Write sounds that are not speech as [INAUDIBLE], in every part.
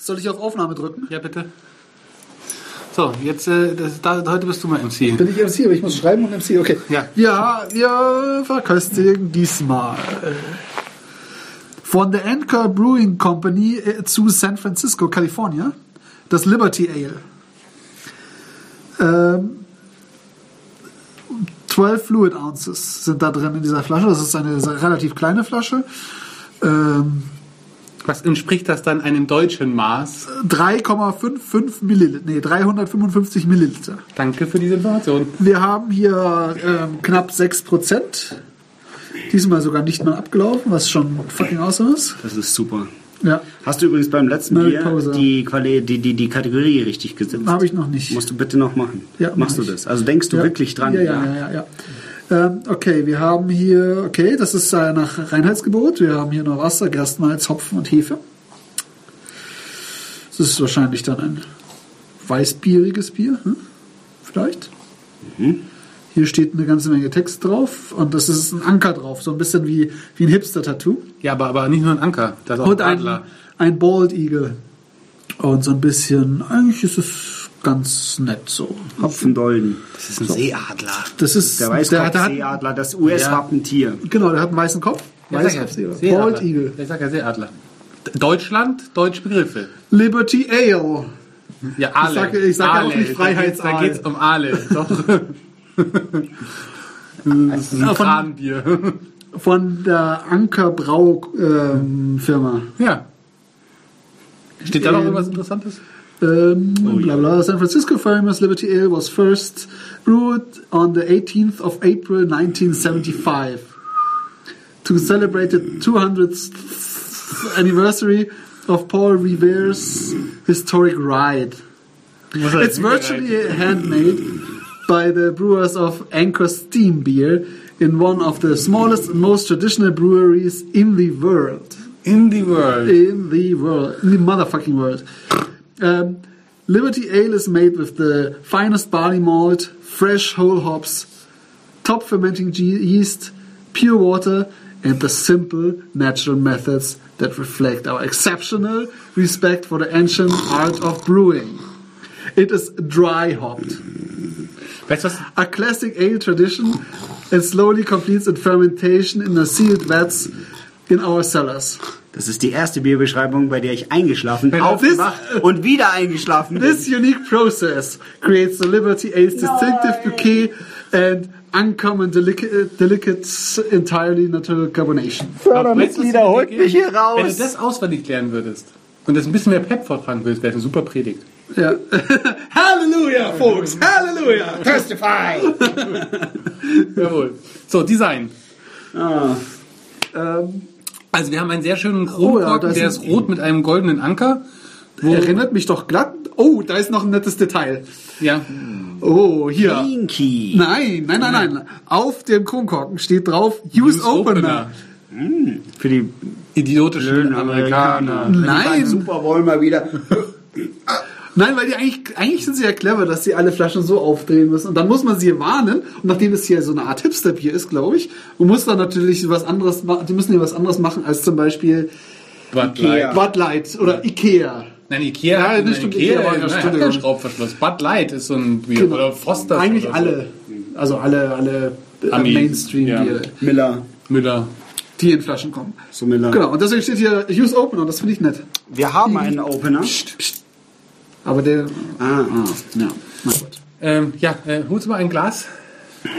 Soll ich auf Aufnahme drücken? Ja, bitte. So, jetzt, äh, das, da, heute bist du mal MC. Bin ich MC, aber ich muss schreiben und MC, okay. Ja. Ja, wir verköstigen diesmal äh, von der Anchor Brewing Company äh, zu San Francisco, Kalifornien, das Liberty Ale. Ähm, 12 Fluid Ounces sind da drin in dieser Flasche. Das ist eine relativ kleine Flasche. Ähm, Was entspricht das dann einem deutschen Maß? 3,55 Milliliter, nee, 355 Milliliter. Danke für diese Information. Wir haben hier ähm, knapp 6%. Diesmal sogar nicht mal abgelaufen, was schon fucking awesome ist. Das ist super. Ja, Hast du übrigens beim letzten Mary Bier Poser. die, Quali die, die, die Kategorie richtig gesetzt? habe ich noch nicht. Musst du bitte noch machen. Ja, Machst mach du ich. das? Also denkst du Ja. wirklich dran? Ja, ja, ja, ja. ja. Ähm, okay, wir haben hier, okay, das ist äh, nach Reinheitsgebot. Wir haben hier nur Wasser, Gerstenmalz, Hopfen und Hefe. Das ist wahrscheinlich dann ein weißbieriges Bier, hm? vielleicht. Mhm. Hier steht eine ganze Menge Text drauf und das ist ein Anker drauf, so ein bisschen wie, wie ein Hipster-Tattoo. Ja, aber, aber nicht nur ein Anker, da ist auch Und ein ein, Adler. ein Bald Eagle. Und so ein bisschen, eigentlich ist es ganz nett so. Hopfendolden. Das ist ein Seeadler. Das ist Der der, der hat, Weißkopfseeadler, das US-Wappentier. Genau, der hat einen weißen Kopf. Weißkopfseeadler. Bald Eagle. Ich sag ja Seeadler. D- Deutschland, deutsche Begriffe. Liberty Ale. Ja, Aale. sag- ich sag ja auch nicht Freiheitsaal. Da geht's, da geht's um Aale. Doch. [LAUGHS] das ist ein Ah, von- Kranbier. [LAUGHS] Von der Anker Brau ähm, Firma. Ja. Steht da noch Ähm, irgendwas Interessantes? Ähm, bla bla. San Francisco famous Liberty Ale was first brewed on the 18th of April 1975 to celebrate the 200th anniversary of Paul Revere's historic ride. It's virtually handmade by the brewers of Anchor Steam Beer in one of the smallest and most traditional breweries in the world. in the world. In the world. In the motherfucking world. Um, Liberty Ale is made with the finest barley malt, fresh whole hops, top fermenting ge- yeast, pure water, and the simple natural methods that reflect our exceptional respect for the ancient art of brewing. It is dry hopped Weißt du was? a classic ale tradition and slowly completes its fermentation in a sealed vats in our cellars. Das ist die erste Bierbeschreibung, bei der ich eingeschlafen, Wenn- aufgewacht und wieder eingeschlafen bin. This unique process creates the Liberty Ale's distinctive bouquet and uncommon delicate, delicate entirely natural carbonation. Weißt du, was Fördermitglieder, wir holt dir mich geben? hier raus. Wenn du das auswendig lernen würdest und das ein bisschen mehr Pep vortragen würdest, wäre das eine [LAUGHS] super Predigt. Ja. Hallelujah, folks! Hallelujah! Testify! Jawohl. So, Design. Ah, Ähm, Also wir haben einen sehr schönen Oh Kronkorken, ja, das der ist- Äh, ist rot mit einem goldenen Anker. [LAUGHS] erinnert mich doch glatt. Oh, da ist noch ein nettes Detail. Ja, Oh, hier. Pinky. Nein, nein, nein, nein. Auf dem Kronkorken steht drauf Use, Use Opener. Opener. Für die idiotischen blöden Amerikaner. Amerikaner. Nein. Super Bowl mal wieder. Nein, weil die eigentlich, eigentlich sind sie ja clever, dass sie alle Flaschen so aufdrehen müssen. Und dann muss man sie warnen. Und nachdem es hier so eine Art Hipster-Bier ist, glaube ich, und muss dann natürlich was anderes machen. Die müssen ja was anderes machen als zum Beispiel Bud Ikea. Light. Bud Light oder Ikea. Nein, Ikea, Ja, hat- das stimmt, Ikea, Ikea, Ikea ja, hat stimmt. keinen Schraubverschluss. Bud Light ist so ein Bier. Oder Foster. Eigentlich oder so. alle. Also alle, alle äh, Ami. Mainstream-Biere, Ja. Miller. Müller. die in Flaschen kommen. So Miller. Genau, und deswegen steht hier Use Opener, das finde ich nett. Wir haben einen Opener. Aber der. Ah, Ja, mein Gott. Ähm, ja, äh, holst du mal ein Glas?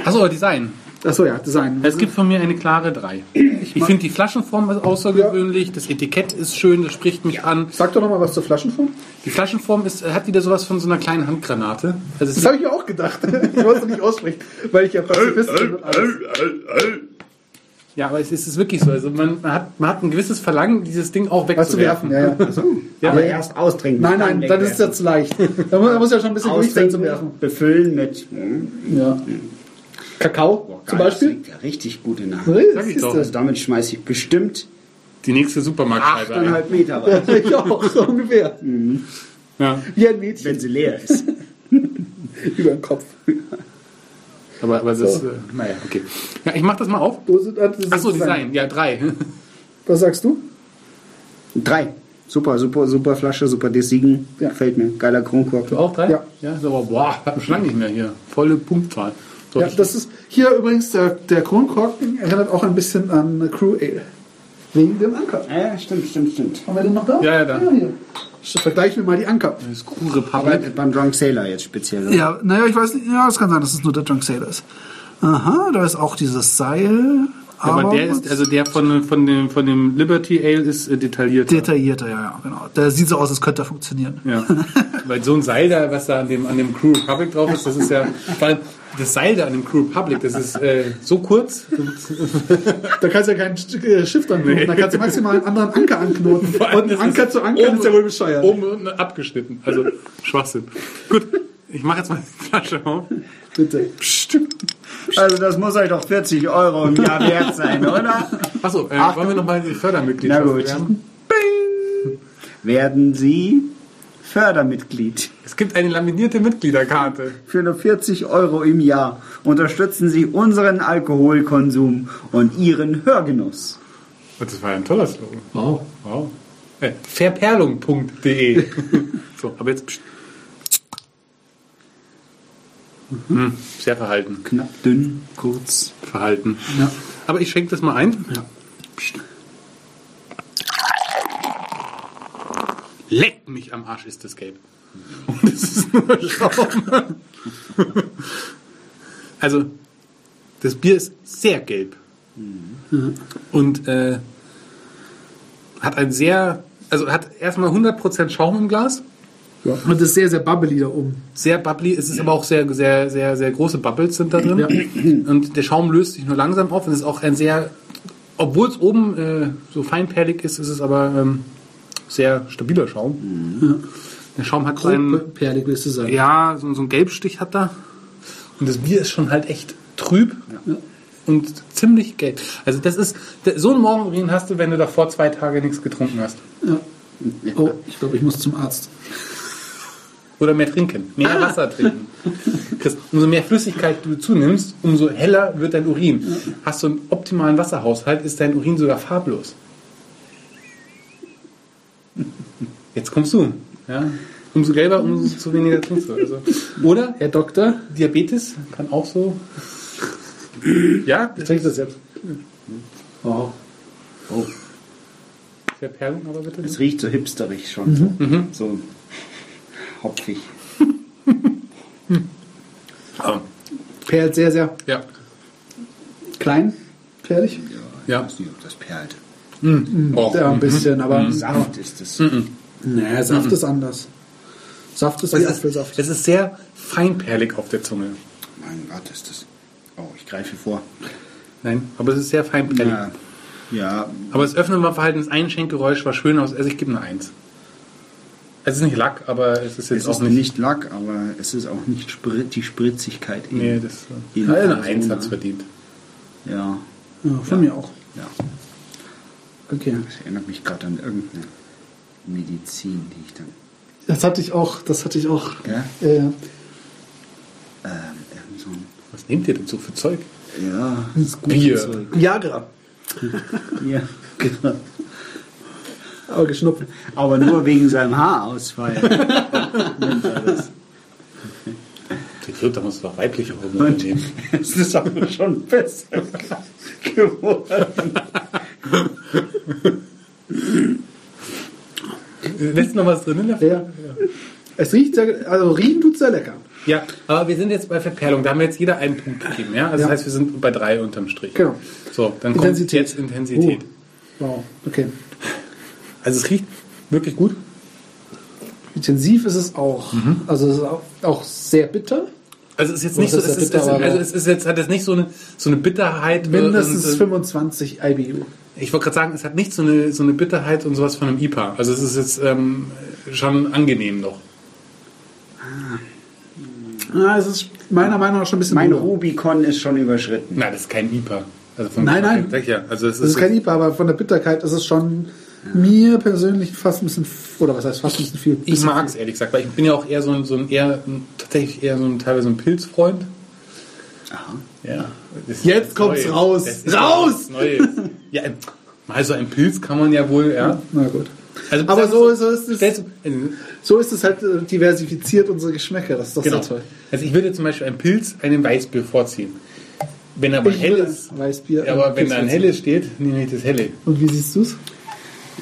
Achso, Design. Achso, ja, Design. Es gibt von mir eine klare 3. Ich, finde die Flaschenform ist außergewöhnlich, das Etikett ist schön, das spricht mich an. Sag doch nochmal was zur Flaschenform. Die Flaschenform ist, hat wieder sowas von so einer kleinen Handgranate. Also es Das habe ich mir auch gedacht. [LAUGHS] Ich wollte es nicht aussprechen, weil ich ja Pazifist bin. und alles. Ja, aber es ist, es ist wirklich so. Also man, man, hat, man hat ein gewisses Verlangen, dieses Ding auch Was zu wegzuwerfen. werfen, ja, ja. aber erst austrinken. Nein, nein, dann ist ja zu leicht. Da muss, da muss ja schon ein bisschen Gewicht sein zum austrinken, Werfen. befüllen mit. Hm, Ja. Kakao boah, Oh, geil, zum Das Beispiel. liegt ja richtig gut in der Hand. Nee, Sag ich siehst doch. du. Also damit schmeiße ich bestimmt Die nächste Supermarktscheibe. ein. halt- 8,5 Meter Ja, rein, ich auch, so ungefähr. Ja. Wie ein Mädchen [LAUGHS] wenn sie leer ist. über den Kopf. Aber, aber es ist, äh, naja, okay. Ja, ich mach das mal auf. Wo sind- das ist Achso, Design. Design. Ja, drei. Was sagst du? Drei. Super, super, super Flasche, super Desigen. Ja. Gefällt mir. Geiler Kronkork. [LAUGHS] Du auch drei? Ja. Ja, ist aber, boah, hat mich schon lange nicht mehr hier. Volle Punktzahl. So, Ja, ich- das ist hier übrigens der, der Kronkorken erinnert auch ein bisschen an Crew Ale. Wegen dem Anker. Ja, ja, Äh, stimmt, stimmt, stimmt. Haben wir den noch da? Ja, ja, da. hier. Vergleichen wir mal die Anker. das Kure Aber Public. beim Drunk Sailor jetzt speziell. Ja, naja, ich weiß nicht. Ja, es kann sein, dass es nur der Drunk Sailor ist. Aha, da ist auch dieses Seil. Ja, aber der ist, also der von, von, dem, von dem Liberty Ale ist äh, detaillierter. detaillierter, ja, ja, genau. Der sieht so aus, als könnte er funktionieren. Ja. Weil so ein Seil da, was da an dem, an dem Crew Republic drauf ist, das ist ja, vor allem das Seil da an dem Crew Republic, das ist äh, [LAUGHS] so kurz. Da kannst du ja keinen Sch- äh, Shift anknoten, da kannst du maximal einen anderen Anker anknoten. [LAUGHS] Vor allem, Und das einen Anker ist zu ankern oben- ist ja wohl bescheuert. Oben und unten abgeschnitten. Also Schwachsinn. Gut, ich mache jetzt mal die Flasche auf. Bitte. Also das muss euch doch 40 Euro im Jahr wert [LAUGHS] sein, oder? Achso, äh, wollen wir nochmal die Fördermitglieder Na gut. bewerben? Werden Sie Fördermitglied. Es gibt eine laminierte Mitgliederkarte. Für nur 40 Euro im Jahr unterstützen Sie unseren Alkoholkonsum und Ihren Hörgenuss. Und Oh, das war ja ein toller Slogan. Wow. Wow. Äh, [LAUGHS] Verperlung.de. so, aber jetzt. Hm, sehr verhalten. Knapp, dünn, kurz. Verhalten. Aber ich schenke das mal ein. Ja. Leck mich am Arsch, ist das gelb. Und das ist nur Schaum. also, das Bier ist sehr gelb. Und äh, hat ein sehr, also hat erstmal 100% Schaum im Glas. Ja. Und das ist sehr, sehr bubbly da oben. Sehr bubbly, es ist aber auch sehr, sehr, sehr, sehr große Bubbles sind da drin. [CLEARS THROAT] Und der Schaum löst sich nur langsam auf und es ist auch ein sehr, obwohl es oben äh, so feinperlig ist, ist es aber ähm, sehr stabiler Schaum. Der Schaum hat so ne? einen, Perlig willst du sagen. ja, so, so einen Gelbstich hat da. Und das Bier ist schon halt echt trüb und ziemlich gelb. Also das ist, der- so einen Morgenruin hast du, wenn du davor zwei Tage nichts getrunken hast. Ja. Oh, ich glaube, ich muss zum Arzt. Oder mehr trinken, mehr Wasser trinken. Chris, umso mehr Flüssigkeit du zunimmst, umso heller wird dein Urin. Hast du einen optimalen Wasserhaushalt, ist dein Urin sogar farblos. Jetzt kommst du. Ja? Umso gelber, umso zu weniger trinkst du. Also. Oder Herr Doktor, Diabetes kann auch so. Ja, ich trinke das jetzt. Wow. Verperlung, aber bitte. Oh, Es riecht so hipsterig schon. So, so hopfig. Perlt sehr, sehr Ja, klein, perlig. ja. nicht, ob das perlt. Oh. Ja, ein bisschen, aber. Saft ist es. Naja, Saft ist anders. Saft ist wie Es, ist, Apfelsaft. es ist sehr feinperlig auf der Zunge. Mein Gott, ist das. Oh, ich greife vor. Nein, aber es ist sehr feinperlig. Ja. Ja, Aber das Öffnen war verhalten, das Einschenkgeräusch war schön aus. Also ich gebe eine Eins. Es ist nicht Lack, aber es ist jetzt es auch ist nicht. nicht Lack, aber es ist auch nicht Sprit, die Spritzigkeit. eben. Nee, das Eben ja, eine also, Eins ne? hat es verdient. Ja, Ja, von mir auch. ja. Okay. Das erinnert mich gerade an irgendeine Medizin, die ich dann. Das hatte ich auch, das hatte ich auch. Ja? Äh, Ähm, irgend so ein. Was nehmt ihr denn so für Zeug? Ja, das ist gutes Bier. Zeug. Viagra. Ja, genau. Aber geschnuppert. Aber nur wegen seinem [LAUGHS] Haarausfall. Ich glaube, da muss doch weibliche Hormone Und nehmen. es ist aber schon besser geworden. [LAUGHS] Lässt noch was drin in der Ja. Es riecht sehr, also riechen tut sehr lecker. Ja, aber wir sind jetzt bei Verperlung. Da haben wir jetzt jeder einen Punkt gegeben. Ja? Also Ja. Das heißt, wir sind bei drei unterm Strich. Genau. So, dann kommt Intensität. jetzt Intensität. Oh. Wow, okay. Also es riecht wirklich gut. Intensiv ist es auch. Also es ist auch, auch sehr bitter. Also es ist jetzt Oh, nicht so, das es ist ja bitter, ist, es ist, aber- also es ist jetzt hat jetzt nicht so eine so eine Bitterheit. äh, Mindestens und, äh, 25 IBU. Ich wollte gerade sagen, es hat nicht so eine, so eine Bitterheit und sowas von einem IPA. Also es ist jetzt ähm, schon angenehm noch. Ah, es ist meiner Meinung nach schon ein bisschen Mein drüber. Rubicon ist schon überschritten. Nein, das ist kein IPA. Also von Nein, nein. Sag ich ja. Also es Das ist, ist kein IPA, aber von der Bitterkeit ist es schon mir persönlich fast ein bisschen, f- oder was heißt fast ein bisschen viel. ich bisschen mag es ehrlich gesagt, weil ich bin ja auch eher so ein, so ein eher ein, tatsächlich eher so ein teilweise ein Pilzfreund. Aha. Ja. Das ist Jetzt was kommt's Neues. raus. Das ist Raus! ähm, was Neues. Ja, also ein Pilz kann man ja wohl, ja. Na gut. Also, Aber sag- so ist es- stellst du- So ist es halt äh, diversifiziert, unsere Geschmäcker. Das ist doch genau. sehr toll. Also ich würde zum Beispiel einen Pilz einem Weißbier vorziehen. Wenn aber ein Ich will helles, ein Weißbier. ja, aber wenn da ein Pilz- helles steht, nehme ich das helle. Und wie siehst du es?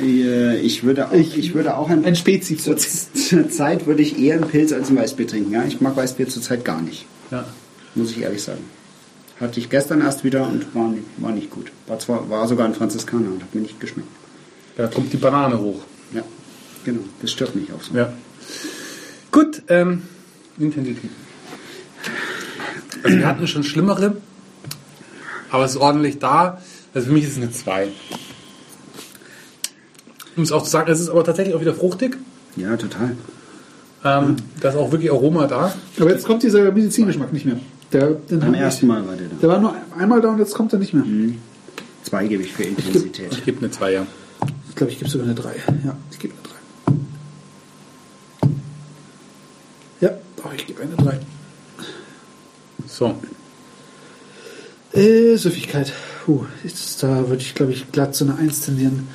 Äh, Ich würde auch, ich, würde auch ein, Ein Spezi zur, zur Zeit würde ich eher einen Pilz als ein Weißbier trinken. Ja, ich mag Weißbier zurzeit gar nicht, Ja. muss ich ehrlich sagen. Hatte ich gestern erst wieder und war, ni- war nicht gut. War zwar war sogar ein Franziskaner und hat mir nicht geschmeckt. Da kommt die Banane hoch. Ja, genau. Das stört mich auch so. Ja. Gut, ähm, Intensität. Also wir hatten schon schlimmere, aber es ist ordentlich da. Also für mich ist es eine 2. Um es auch zu sagen, es ist aber tatsächlich auch wieder fruchtig. Ja, total. Ähm, Da ist auch wirklich Aroma da. Aber jetzt kommt dieser Medizingeschmack nicht mehr. Der, den Beim hab ich- ersten Mal war der da. Der war nur einmal da und jetzt kommt er nicht mehr. Zwei gebe ich für Intensität. Ich gebe eine 2, ja. Ich glaube, ich gebe sogar eine 3. Ja, ich gebe eine 3. Ja, auch ich gebe eine 3. So. Äh, Süffigkeit. Puh, ist, da würde ich, glaube ich, glatt zu einer 1 tendieren.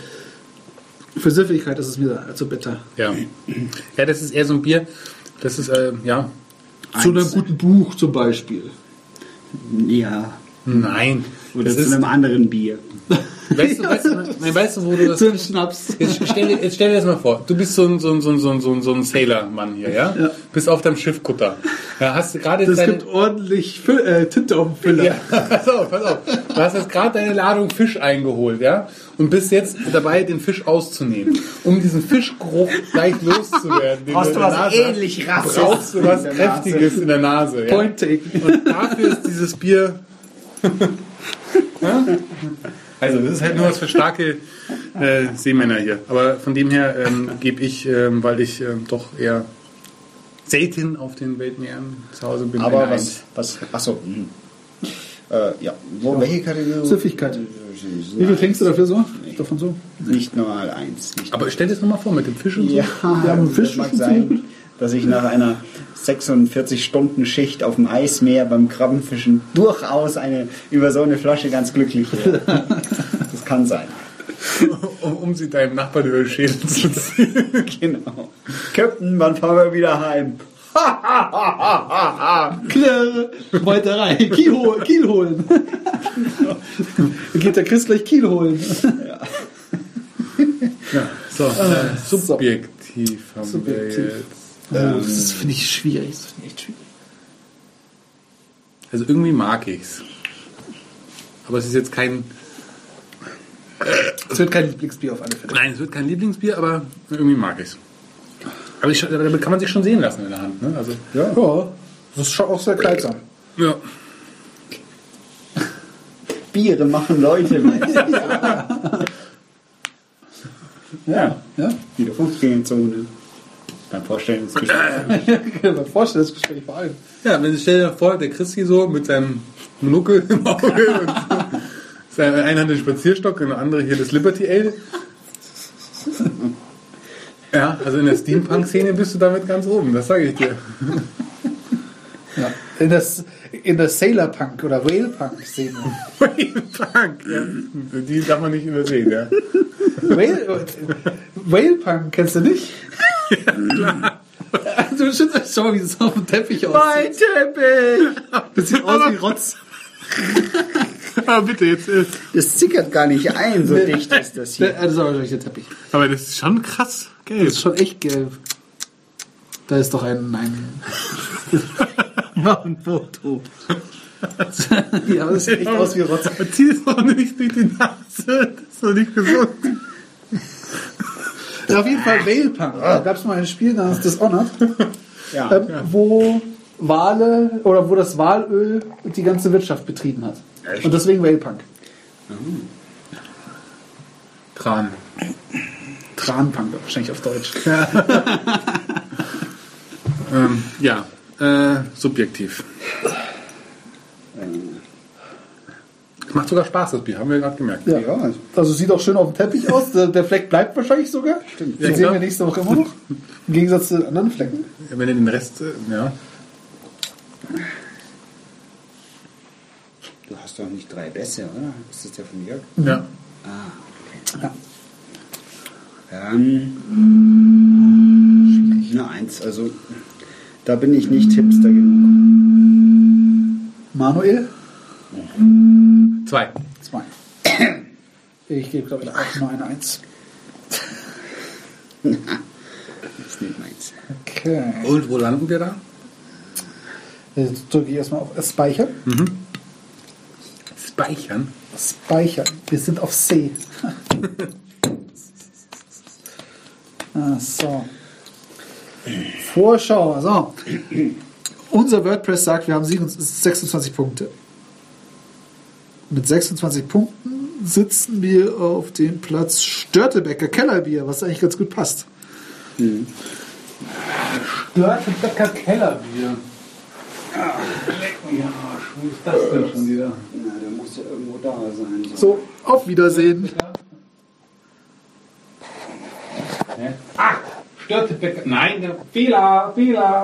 Für Süffigkeit ist es mir da zu bitter. Ja. ja, das ist eher so ein Bier, das ist, äh, ja. Zu einem Eins. guten Buch zum Beispiel. Ja. Nein. Oder das zu ist, einem anderen Bier. weißt, du, weißt, du, nee, weißt du, wo du das. Zu einem Schnaps. Jetzt stell, dir, jetzt stell dir das mal vor, du bist so ein, so ein, so ein, so ein, so ein, so ein Sailor-Mann hier, ja? Ja. Bist auf deinem Schiff Kutter. Ja, hast du gerade jetzt Das deine. gibt ordentlich Fü äh, Tinte auf dem Füller. Ja, [LAUGHS] pass auf, pass auf. Du hast jetzt gerade deine Ladung Fisch eingeholt, ja? Und bist jetzt dabei, den Fisch auszunehmen. Um diesen Fischgeruch gleich loszuwerden. den in der Nase hast, Brauchst du was Kräftiges in der Nase, ja? Point taken. Und dafür ist dieses Bier. Ja? Also, das ist halt nur was für starke äh, Seemänner hier. Aber von dem her ähm, gebe ich, ähm, weil ich ähm, doch eher selten auf den Weltmeeren zu Hause bin. Aber eine was, Eins. was, achso. Hm. Äh, ja, wo, welche Kategorie? Süffigkeit. Wie viel trinkst du dafür so? Davon so? Nicht normal eins. Nicht Aber stell dir das nochmal vor mit dem Fisch und ja, haben das Fisch mag schon sein, dass ich nach einer 46-Stunden-Schicht auf dem Eismeer beim Krabbenfischen durchaus eine über so eine Flasche ganz glücklich [LAUGHS] wäre. Das kann sein. so, [LAUGHS] um, um sie deinem Nachbarn über den Schädel zu ziehen. Genau. Captain, wann fahren wir wieder heim? Klirre, Meuterei, Kiel, hol- Kiel holen. Dann geht der Chris gleich Kiel holen. So, äh, subjektiv haben Subjektiv. wir jetzt. das finde ich schwierig. Das finde ich echt schwierig. Also irgendwie mag ich's. Aber es ist jetzt kein. Es wird kein Lieblingsbier auf alle Fälle. Nein, es wird kein Lieblingsbier, aber irgendwie mag ich es. Aber, ich, aber damit kann man sich schon sehen lassen in der Hand. Ne? Also, Ja. ja. Das ist schon auch sehr kleidsam. ja. Biere machen Leute. Ja, Ja? [LAUGHS] wieder Fußgängerzone. Beim Vorstellungsgespräch. Beim Vorstellungsgespräch vor allem. ja, wenn ich stell dir vor, der Chris hier so mit seinem Monokel im Auge [LAUGHS] und seine eine Hand den Spazierstock und der andere hier das Liberty Ale. Ja, also in der Steampunk-Szene bist du damit ganz oben, das sage ich dir. Ja. In, das, in der Sailor Punk oder Whale Punk Szene. Steampunk, ja. Die darf man nicht übersehen, ja. Whale, äh, Whale Punk kennst du nicht? Ja, Also, klar. Du schützt schau mal, wie das auf dem Teppich aussieht. Teppich! Das sieht aus wie [LAUGHS] Rotz. Aber Ah, bitte, jetzt äh, ist. Das zickert gar nicht ein, [LAUGHS] so dicht ist das hier. Der- Das ist aber wirklich der Teppich. Aber das ist schon krass Das ist schon echt gelb. Da ist doch ein Nein. [LAUGHS] Mach ein Foto. ja, das sieht echt aus wie Rotz. Zieh es auch nicht durch die Nase, das ist doch nicht gesund. Ja, auf jeden Fall Whale-Punk. Da gab es mal ein Spiel namens Dishonored, Ja. ähm, wo Wale oder wo das Walöl die ganze Wirtschaft betrieben hat. Und deswegen Whale-Punk. Tran. Tranpunk wahrscheinlich auf Deutsch. Ähm, ja, äh, subjektiv. Es macht sogar Spaß, das Bier, haben wir gerade gemerkt. Ja. Ja, Also sieht auch schön auf dem Teppich aus. Der, der Fleck bleibt wahrscheinlich sogar. Stimmt. Den Ja, sehen klar. wir nächste Woche immer noch. Im Gegensatz zu den anderen Flecken. Wenn ihr den Rest, äh, ja. Du hast doch nicht drei Bässe, oder? Ist das der von Jörg? ja. Ja, dann eine Eins. Also da bin ich nicht hipster genug. Manuel? Zwei. Zwei. Ich gebe, glaube ich, auch nur eine Eins. Das ist nicht meins. Okay. Und wo landen wir da? Jetzt drücke ich erstmal auf Speichern. Speichern. Speichern. Wir sind auf C. [LAUGHS] ah, so. Vorschau. So. Unser WordPress sagt, wir haben 26 Punkte. Mit 26 Punkten sitzen wir auf dem Platz Störtebecker Kellerbier, was eigentlich ganz gut passt. Störtebecker Kellerbier. Ja, wo ist das denn schon wieder? Na, der muss ja irgendwo da sein. So. So, auf Wiedersehen. Störtebecker. Nein, Fehler, Fehler.